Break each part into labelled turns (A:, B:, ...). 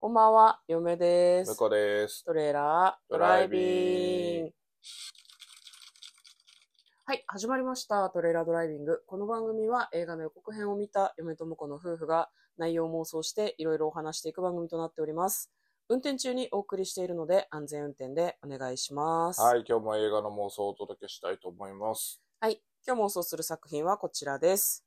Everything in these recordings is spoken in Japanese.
A: こんばんは、嫁で
B: 向
A: す
B: こ。うです。
A: トレーラードライビング。はい、始まりました。トレーラードライビング。この番組は映画の予告編を見た嫁と婿の夫婦が内容を妄想していろいろお話していく番組となっております。運転中にお送りしているので安全運転でお願いします。
B: はい、今日も映画の妄想をお届けしたいと思います。
A: はい。今日妄想する作品はこちらです。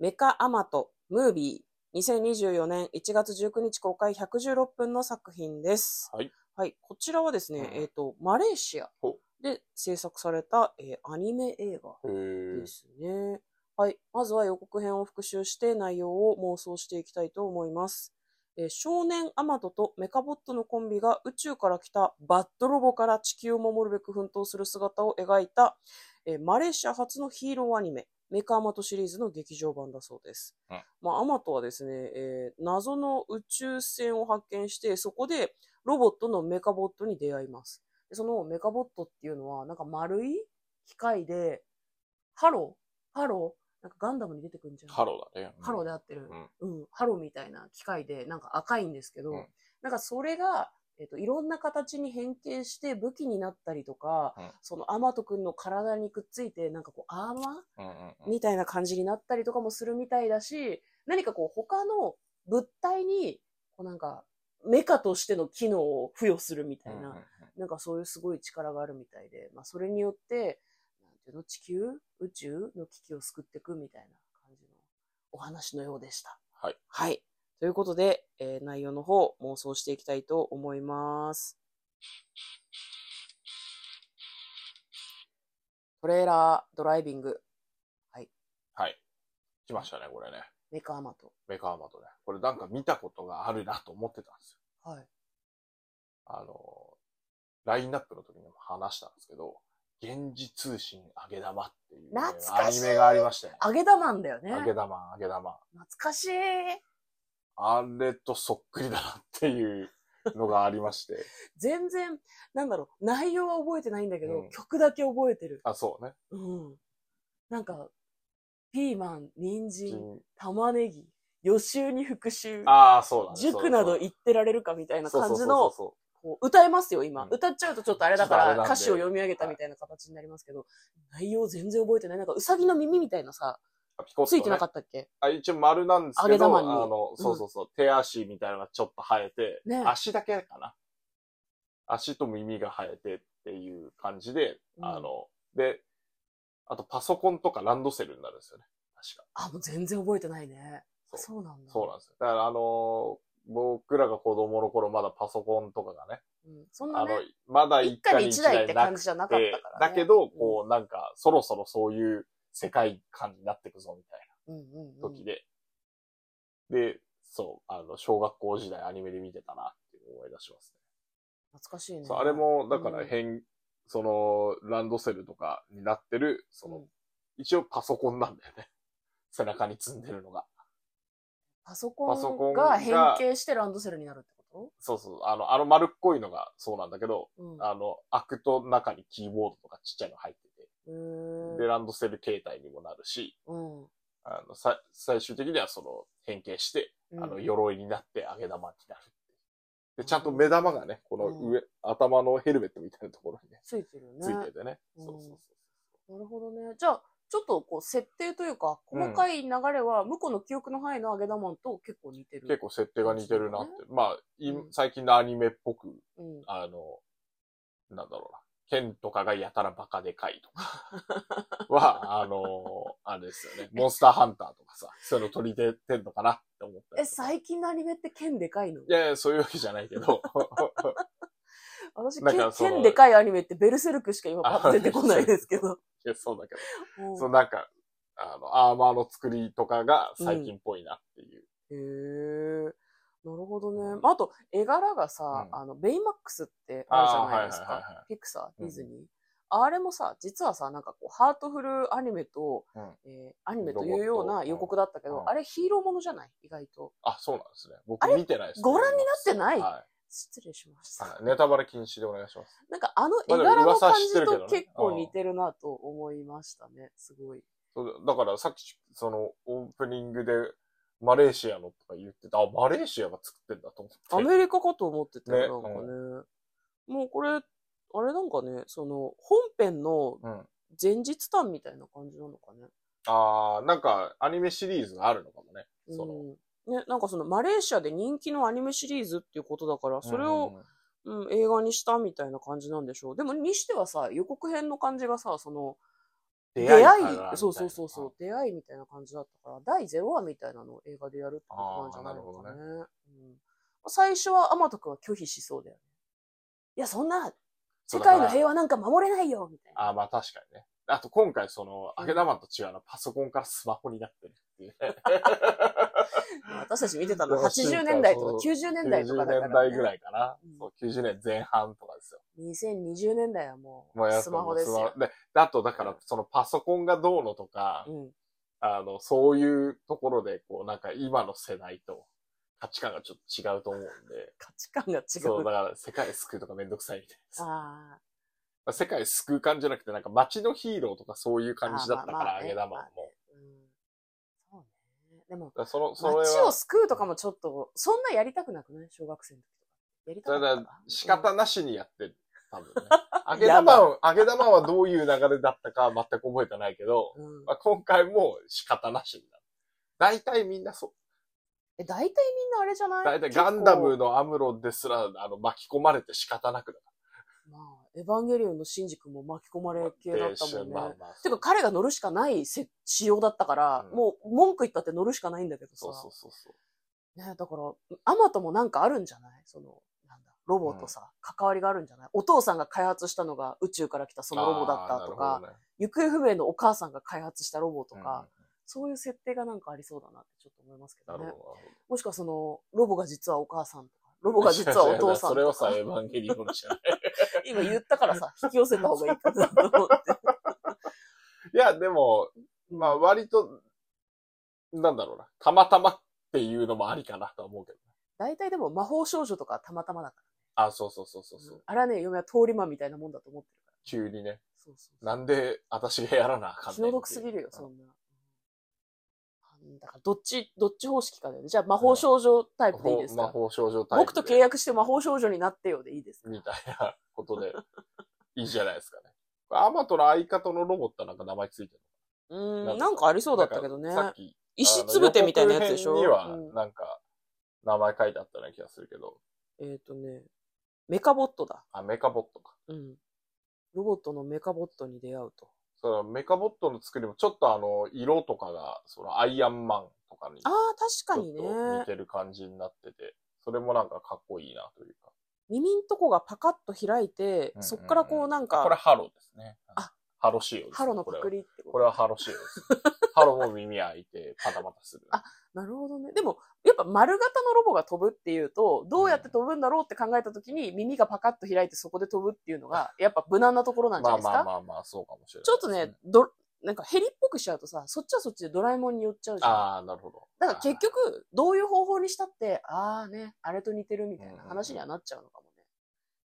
A: メカアマトムービー。2024年1月19日公開116分の作品です。
B: はい。
A: はい。こちらはですね、
B: うん
A: えっ、と、マレーシア
B: ほ
A: で制作された、えーアニメ映画
B: へー
A: ですね。はい。まずは予告編を復習して内容を妄想していきたいと思います。えー少年アマトとメカボットのコンビが宇宙から来たバッドロボから地球を守るべく奮闘する姿を描いた、えーマレーシア初のヒーローアニメ、メカアマトシリーズの劇場版だそうです。
B: うん
A: まあ、アマトはですね、えー謎の宇宙船を発見して、そこでロボットのメカボットに出会います。でそのメカボットっていうのは、なんか丸い機械で、ハローハローなんかガンダムに出てくるんじゃん。
B: ハローだね。
A: ハローで
B: だ。
A: 合ってる、うんハローみたいな機械で、なんか赤いんですけど、
B: うん
A: なんかそれが、えっといろんな形に変形して武器になったりとか、
B: うん
A: そのアマト君の体にくっついて、なんかこうアーマー
B: うんうんうん。
A: みたいな感じになったりとかもするみたいだし、何かこう他の物体に、こうなんか、メカとしての機能を付与するみたいな、
B: うんうんうん
A: なんかそういうすごい力があるみたいで、まあそれによって、なんていうの、地球宇宙の危機を救っていくみたいな感じのお話のようでした。
B: はい。
A: はい。ということで、えー内容の方妄想していきたいと思います。トレーラードライビング、
B: はい。来ましたね、これね。
A: メカアマト。
B: メカアマトね。これなんか見たことがあるなと思ってたんですよ。
A: はい。
B: あの、ラインナップの時にも話したんですけど、源氏通信あげ玉っていうね、
A: 懐
B: ア
A: かしい
B: ニメがありましたよね。
A: 揚げ玉なんだよね。
B: あげ玉、あげ玉。
A: 懐かしい。
B: あれとそっくりだなっていうのがありまして。
A: 全然、なんだろう、内容は覚えてないんだけど、
B: うん
A: 曲だけ覚えてる。
B: あ、そうね。
A: うん。なんか、ピーマン、人参、
B: 人
A: 玉ねぎ、予習に復習、
B: ああ、そうだね。そう
A: 塾
B: だ
A: など行ってられるかみたいな感じの、
B: そう
A: こう歌えますよ、今。
B: うん
A: 歌っちゃうとちょっとあれだか
B: ちょっとあ
A: ら、
B: れなんで
A: 歌詞を読み上げたみたいな形になりますけど、内容全然覚えてない。なんか、うさぎの耳みたいなさ、
B: そうそうそうピコット
A: つ
B: ね
A: いてなかったっけ
B: あ一応丸なんですけ
A: 揚げ
B: ど、
A: 玉
B: あ
A: に
B: の、そうそうそう、手足みたいなのがちょっと生えて、
A: ね
B: 足だけかな。足と耳が生えてっていう感じで、
A: うん
B: あの、で、あとパソコンとかランドセルになるんですよね。確か。
A: あ、もう全然覚えてないね。
B: そ
A: そうなんだ。
B: そうなんですよ。だからあのー僕らが子供の頃まだパソコンとかがね、
A: うんそん
B: あ
A: な
B: の
A: ね、、
B: まだ
A: 一
B: 一
A: 家
B: 家
A: に
B: に
A: 一
B: 一
A: 台っ
B: 台
A: て
B: なく
A: 感
B: て
A: じじゃなかったから、ね。
B: だけど、こうなんか、そろそろそういう世界観になってくぞみたいな。
A: うん、うんうんうん
B: 時で、で、そう、あの、小学校時代アニメで見てたなっていうのを思い出します
A: 懐かしい
B: ね。
A: ね。
B: そう、あれも、だか
A: う
B: ら
A: ん
B: 変、その、ランドセルとかになってる、その、
A: うん
B: 一応パソコンなんだよね。 背中に積んでるのが。
A: パソ
B: パソコ
A: コン
B: ン
A: が
B: が
A: 変形してランドセルになるってこ
B: そうそう、あの、あの丸っこいのがそうなんだけど、
A: とうん。
B: あの、開くと中にキーボードとかちっちゃいの入って
A: う
B: て、
A: ー
B: で、
A: ん
B: ランドセル形態にもなるし、
A: うん。
B: あの、さ最終的にはその、変形して、あの、
A: うん
B: 鎧になって揚げ玉になるっていう。で、ちゃんと目玉がね、この上、頭のヘルメットみたいなところにね、
A: ついてるよね。
B: ついててね。
A: う
B: そ
A: ん
B: うそうそう。
A: なるほどね。じゃあ、ちょっとこう、設定というか、細かい流れは、向こうの記憶の範囲の揚げ玉と結構似てる。
B: 結構設定が似てるなって。まあ、い
A: うん
B: 最近のアニメっぽく、
A: うん。
B: あの、なんだろうな。剣とかがやたらバカでかい とかは、あの、あれですよね。モンスターハンターとかさ、そういうの取り出てんのかなって思った
A: え、
B: りとか
A: 最近のアニメって剣でかいの
B: いやいや、そういうわけじゃないけど。
A: 私
B: なん
A: 剣
B: か、その
A: 剣でかいアニメってベルセルクしか今パッと出てこないですけど。
B: いや、 そうだけど。
A: うん
B: そのなんか、あの、アーマーの作りとかが最近っぽいなっていう。
A: へえ。なるほど
B: う
A: ね。
B: ん
A: まあ、あと、絵柄がさ、
B: うん
A: あの、ベイマックスってあるじゃないです
B: あーはいはいはいは
A: か。ピクサー、
B: う
A: デ
B: ん
A: ィズニー。あれもさ、実はさ、なんかこう、ハートフルアニメと、
B: うん
A: えーアニメというよう
B: ロボッ
A: な
B: ト
A: 予告だったけ
B: う
A: ど、
B: ん
A: あれヒーローものじゃない意外と。
B: あ、そうなんですね。僕
A: あれ
B: 見てないです、ね。
A: ご覧になってない
B: は
A: 失礼しまし
B: い。
A: た。
B: はい、ネタバレ禁止でお願いします。
A: なんかあの
B: ま
A: 絵
B: あでも
A: 柄の
B: 噂
A: 感
B: は知って
A: じ
B: るけど
A: と
B: ね
A: 結構似てるなと思いましたね。すごい。
B: そうだからさっき、その、オープニングで、マレーシアのとか言ってた。あ、マレーシアが作ってんだと思って。
A: アメリカかと思ってた
B: ね
A: よ、なんかね。もうこれ、あれなんかね、その、本編の
B: うん。
A: 前日談みたいな感じなのかね。
B: あー、なんかアニメシリーズがあるのかもね。その、
A: うん。ね、なんかその、マレーシアで人気のアニメシリーズっていうことだから、それ
B: うん
A: を、
B: うん
A: うん映画にしたみたいな感じなんでしょう。でも、にしてはさ、予告編の感じがさ、その、
B: 出
A: 出
B: 会
A: 会
B: い
A: い
B: からみたいな
A: そうそうそうそう、出会いみたいな感じだったから、第0話みたいなのを映画でやるってことなんじゃないのか
B: あー
A: ね。うん、最初は天斗くんは拒否しそうだよね。いや、そんな、世界の平和なんか守れないよみたいな。
B: あーまあ確かにね。あと今回その、揚げ玉と違うのはパソコンからスマホになってるっていうね。
A: 私たち見てたの
B: いや
A: 80年代とか
B: そう
A: 90年代と
B: 90
A: かだから、
B: 年
A: ね。
B: 代ぐらいかな
A: うん。
B: そう90年前半とかですよ。
A: 2020年代はも
B: まあやっ
A: う
B: ぱ
A: スマホです
B: もう
A: よ
B: ス。マで、あとだからそのパソコンがどうのとか、
A: うん、
B: あの、そういうところで、こうなんか今の世代と価値観がちょっと違うと思うんで。
A: 価値観が違
B: そう、
A: う。
B: だから世界救うとかめんどくさいみたいです。
A: あ
B: まあ世界救う感じじゃなくて、なんか街のヒーローとかそういう感じだった
A: あーまあ
B: か
A: まあ
B: ら、
A: ね
B: 揚げ玉も。
A: まあ
B: だ
A: ね
B: か
A: ーうんそうね。でも、
B: らその、それ
A: 街を
B: は、
A: 救うとかもちょっと、そんなやりたくなくない小学生の時とか。やりたか
B: それ
A: った
B: だ
A: な
B: 仕方なしにやってる。多分ね。揚げ
A: や
B: 玉を、揚げ玉はどういう流れだったか全く覚えてないけど、
A: うんうん
B: まあ、今回も仕方なしになる。大体みんなそう。
A: え、大体みんなあれじゃない
B: 大体
A: 結構
B: ガンダムのアムロですら、あの、巻き込まれて仕方なくな
A: まあ、エヴァンゲリオンのシンジ君も巻き込まれ系だ
B: っ
A: ってたもんね。
B: まあまあ。
A: てか彼が乗るしかないせ仕様だったから、
B: うん
A: もう文句言ったって乗るしかないんだけどさ。
B: そうそうそうそう。
A: ね、だから、アマトもなんかあるんじゃないその、なんだ、ロボとさ、関わりがあるんじゃないお父さんが開発したのが宇宙から来たそのロボだったと
B: あー
A: か、
B: なるほどね
A: 行方不明のお母さんが開発したロボと
B: うん
A: か、そういう設定がなんかありそうだなってちょっと思いますけ
B: な
A: ど
B: るほ
A: ね
B: どなる。ほど。
A: もしくはその、ロボが実はお母さんとか、ロボが実はお父さん
B: いやいや
A: と
B: いや
A: か。
B: それをさ、エヴァンゲリオンじゃない。
A: 今言ったから さ、引き寄せた方がいいかなと思って。
B: いや、でも、まあ、割と、なんだろうな。たまたまっていうのもありかなとは思うけど。
A: 大体でも魔法少女とかたまたまだから。
B: あ、そうそうそうそうそう、
A: あれはね、嫁は通り魔みたいなもんだと思ってるから。
B: 急にね。
A: そうそうそう
B: なんで、私がやらなあかんねんって
A: 気
B: いう
A: の毒すぎるよ、そ
B: うん
A: な。うんだから、どっち、どっち方式かだよね。じゃあ、魔法少女タイプでいいです
B: 魔
A: か
B: 法少女タイプ
A: 僕と契約して魔法少女になってよでいいですか
B: みたいなことで、いいじゃないですかね。アマトの相方のロボットなんか名前ついてる。
A: う、
B: なんん
A: なんかありそうだったけどね
B: なん。かさっき、
A: 石つぶてみたいなやつでしょ
B: あの予告編
A: う
B: に
A: ん
B: は、なんか、名前書いてあったような気がするけど、
A: えっとね、メカボットだ。
B: あ、メカボットか。
A: うん。ロボットのメカボットに出会うと。
B: そのメカボットの作りもちょっとあの、色とかが、そのアイアンマンとかに、ち
A: ああ
B: ょっ、
A: 確か
B: と
A: にね。
B: 似てる感じになってて、それもなんかかっこいいなというか。
A: 耳んとこがパカッと開いて、そっからこうなん
B: これ
A: か、
B: ハロですね。
A: あ
B: ハロ仕様です、
A: ハロの
B: こ
A: パ
B: れは
A: クリってこ
B: ことれはハロ仕様です。 ハロも耳開いてパタパタする。
A: あなるほどね。でも、やっぱ丸型のロボが飛ぶっていうと、どうやって飛ぶんだろうって考えたときに、耳がパカッと開いてそこで飛ぶっていうのが、やっぱ無難なところなんじゃ
B: ま
A: な
B: あ
A: いですか、
B: まあまあまあ、そうかもしれない、
A: ちょっとね、、ど、なんかヘリっぽくしちゃうとさ、そっちはそっちでドラえもんに寄っちゃうじゃん。
B: ああ、なるほど。
A: だから結局、どういう方法にしたって、ああね、あれと似てるみたいな話にはなっちゃうのかもね。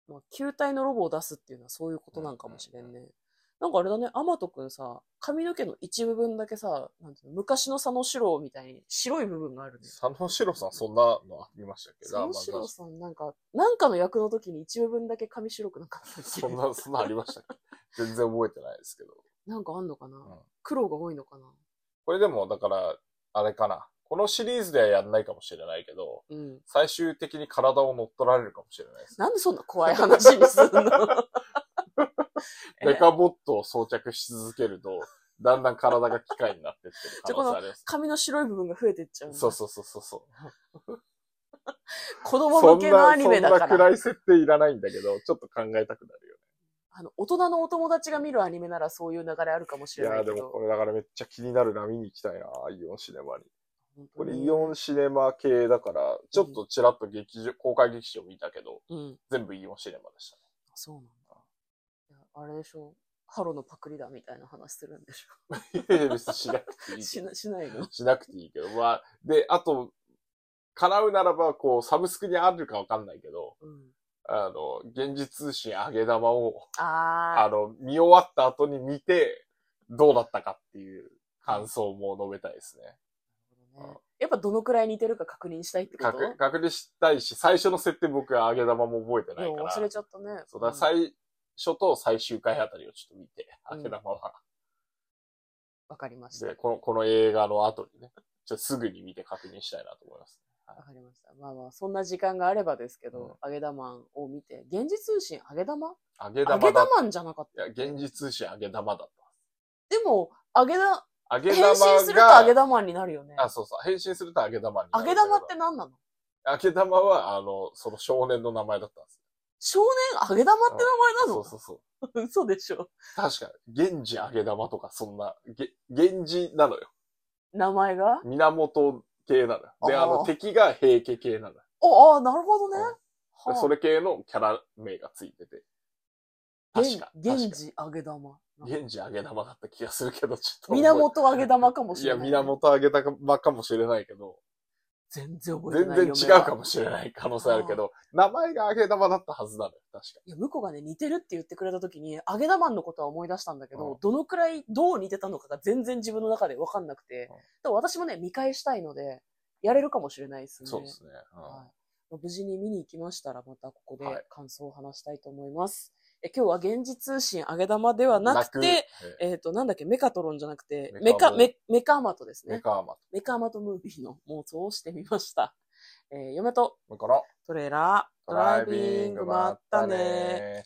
A: まあ、球体のロボを出すっていうのはそういうことなんかもしれんね。なんかあれだね、アマトくんさ、髪の毛の一部分だけさ、なんていうの昔の佐野史郎みたいに白い部分があるね。
B: 佐野史郎さんそんなのありましたっけ
A: 佐野史
B: まあま
A: 郎
B: あ
A: さんなんか、なんかの役の時に一部分だけ髪白くなかったっけ
B: そんな、そんなありましたっけ 全然覚えてないですけど。
A: なんかあんのかな、
B: ん
A: 黒が多いのかな
B: これでも、だから、あれかな。このシリーズではやんないかもしれないけど、
A: うん。
B: 最終的に体を乗っ取られるかもしれないです。
A: なんでそんな怖い話にすん のえ
B: メカボットを装着し続けると、だんだん体が機械になってってる可能性あ ります。
A: 髪の白い部分が増えてっちゃうの
B: そうそうそうそうそう。
A: 子供
B: そ
A: 向
B: ん
A: けのア
B: な、
A: ニ
B: そ
A: メ
B: ん
A: だか
B: な
A: ら。
B: 暗い設定いらないんだけど、ちょっと考えたくなるよ
A: あの、大人のお友達が見るアニメならそういう流れあるかもしれ
B: ね。
A: な
B: いや
A: い
B: ー
A: け
B: で
A: ど。
B: もこれだからめっちゃ気になるな、見に行きたいな、イオンシネマに。
A: 本当
B: これ
A: に
B: イオンシネマ系だから、ちょっとちらっと劇場、公開劇場見たけど、
A: うん。
B: 全部イオンシネマでしたね。
A: そうなんだ。いやあれでしょハロのパクリだみたいな話するんでし
B: いやいや別にしなくていいけ
A: ょし
B: ど。
A: な、しないの
B: しなくていいけど、まあ、で、あと、叶うならば、こう、サブスクにあるかわかんないけど、
A: うん。
B: あの、現実通信上げ玉を、あ
A: あ
B: の、見終わった後に見て、どうだったかっていう感想も述べたいですね。
A: ー。なるほどねやっぱどのくらい似てるか確認したいってこと
B: 確確認したいし、最初の設定僕は揚げ玉も覚えてない
A: も
B: から。
A: 忘れちゃったね。
B: そうだ、最初と最終回あたりをちょっと見て、
A: うん
B: 揚げ玉は。
A: わかりました。
B: で、この、この映画の後にね、ちょっとすぐに見て確認したいなと思います。
A: わかりました。まあまあ、そんな時間があればですけど、揚げ玉を見て、現実通信揚げ玉
B: 揚げ
A: 揚
B: 玉
A: げ
B: だ。
A: 玉じゃなかっ
B: いや、
A: た。
B: 現実通信揚げ玉だっ
A: でも、揚げだ、
B: た。揚げ
A: 変
B: 玉
A: 身すると
B: が、
A: 揚げ玉になるよね。
B: あ、そうそう。変身すると揚げ玉にな
A: 揚
B: る。
A: げ玉って何なの
B: 揚げ玉は、あの、その少年の名前だったんです。
A: 少年揚げ玉って名前な
B: そ
A: の
B: うそうそう。
A: 嘘でしょ。
B: 確かに、源氏揚げ玉とか、そんな、げ源氏なのよ。
A: 名前が
B: 源系なのよ。で、
A: あー
B: あの、敵が平家系なのよ。
A: お、ああ、なるほどね。
B: うん
A: はあ
B: でそれ系のキャラ名がついてて。確か。
A: 源
B: 確か
A: 源氏揚げ玉。
B: 源氏揚げ玉だった気がするけど、ちょっと覚え。
A: 源揚げ玉かもしれない。
B: いや、源揚げ玉かもしれないけど、
A: 全然覚えて
B: 全
A: ない。
B: 然違
A: 嫁
B: う
A: は
B: かもしれない可能性あるけど、名前が揚げ玉だったはずなのよ、確か
A: いや、向こうがね、似てるって言ってくれた時に、揚げ玉のことは思い出したんだけど、
B: うん
A: どのくらい、どう似てたのかが全然自分の中で分かんなくて、
B: うん
A: でも私もね、見返したいので、やれるかもしれないです
B: に。
A: ね。
B: そうですね。うん
A: はい、無事に見に行きましたら、またここで
B: はい
A: 感想を話したいと思います。え今日は現実通信揚げ玉ではなくて、、
B: え
A: えっ、と、なんだっけ、メカトロンじゃなくて、メ
B: メ
A: カ、
B: カ
A: メメカアマトです
B: メ
A: ね。
B: カアマ
A: メカアマトムービーの妄想をしてみました。えー嫁と
B: ト。この
A: トレーラー、ド
B: ド
A: ラ
B: ラ
A: イ
B: イ
A: ビ
B: ビ
A: ン
B: ン
A: グ、
B: グ
A: ま
B: ま
A: っ
B: ったた
A: ね
B: ね。